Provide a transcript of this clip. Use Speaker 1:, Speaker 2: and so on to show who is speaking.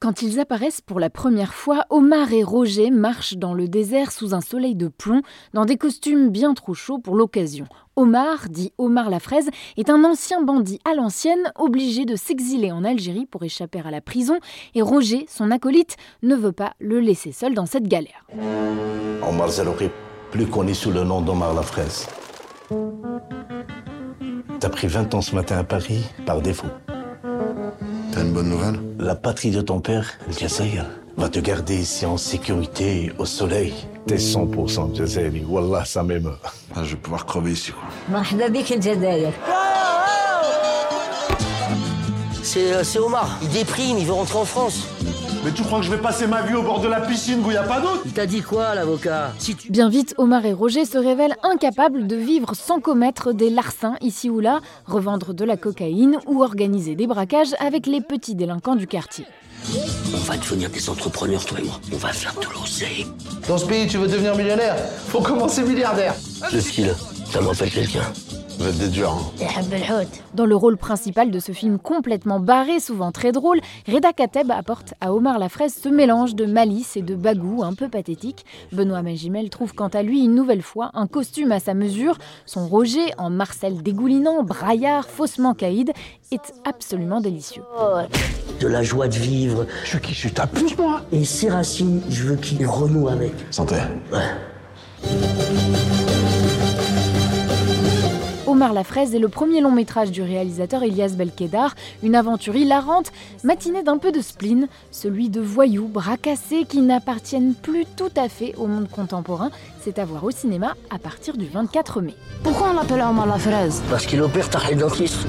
Speaker 1: Quand ils apparaissent pour la première fois, Omar et Roger marchent dans le désert sous un soleil de plomb, dans des costumes bien trop chauds pour l'occasion. Omar, dit Omar la fraise, est un ancien bandit à l'ancienne, obligé de s'exiler en Algérie pour échapper à la prison, et Roger, son acolyte, ne veut pas le laisser seul dans cette galère.
Speaker 2: Omar Zelouri, plus connu sous le nom d'Omar la fraise. T'as pris 20 ans ce matin à Paris par défaut.
Speaker 3: T'as une bonne nouvelle
Speaker 2: La patrie de ton père, Jazair, va te garder ici en sécurité, au soleil. T'es 100% Jazairi, Wallah, ça m'émeut.
Speaker 3: Ah, je vais pouvoir crever ici, quoi.
Speaker 4: مرحبا بك الجزائر
Speaker 5: C'est euh, c'est Omar. Il déprime, il veut rentrer en France.
Speaker 6: Mais tu crois que je vais passer ma vie au bord de la piscine où il a pas d'eau
Speaker 5: Il t'a dit quoi, l'avocat Si tu.
Speaker 1: Bien vite, Omar et Roger se révèlent incapables de vivre sans commettre des larcins ici ou là, revendre de la cocaïne ou organiser des braquages avec les petits délinquants du quartier.
Speaker 5: On va devenir des entrepreneurs, toi et moi. On va faire de l'oseille.
Speaker 7: Dans ce pays, tu veux devenir millionnaire Faut commencer milliardaire.
Speaker 5: Le style, ça me rappelle quelqu'un.
Speaker 3: Vous êtes des durs, hein.
Speaker 4: يحب الحوت
Speaker 1: Dans le rôle principal de ce film complètement barré, souvent très drôle, Reda Kateb apporte à Omar la fraise ce mélange de malice et de bagou un peu pathétique. Benoît Magimel trouve quant à lui une nouvelle fois un costume à sa mesure. Son Roger, en Marcel dégoulinant, braillard, faussement caïd, est absolument délicieux.
Speaker 5: De la joie de vivre.
Speaker 3: Je suis qui Je suis ta puce, moi
Speaker 5: Et ses racines, je veux qu'il renoue avec.
Speaker 3: Santé.
Speaker 1: Omar la fraise est le premier long métrage du réalisateur Elias Belkédar, une aventure hilarante, matinée d'un peu de spleen, celui de voyous, bras cassés qui n'appartiennent plus tout à fait au monde contemporain. C'est à voir au cinéma à partir du 24 mai.
Speaker 4: Pourquoi on l'appelle Omar la fraise
Speaker 5: Parce qu'il opère ta dentiste.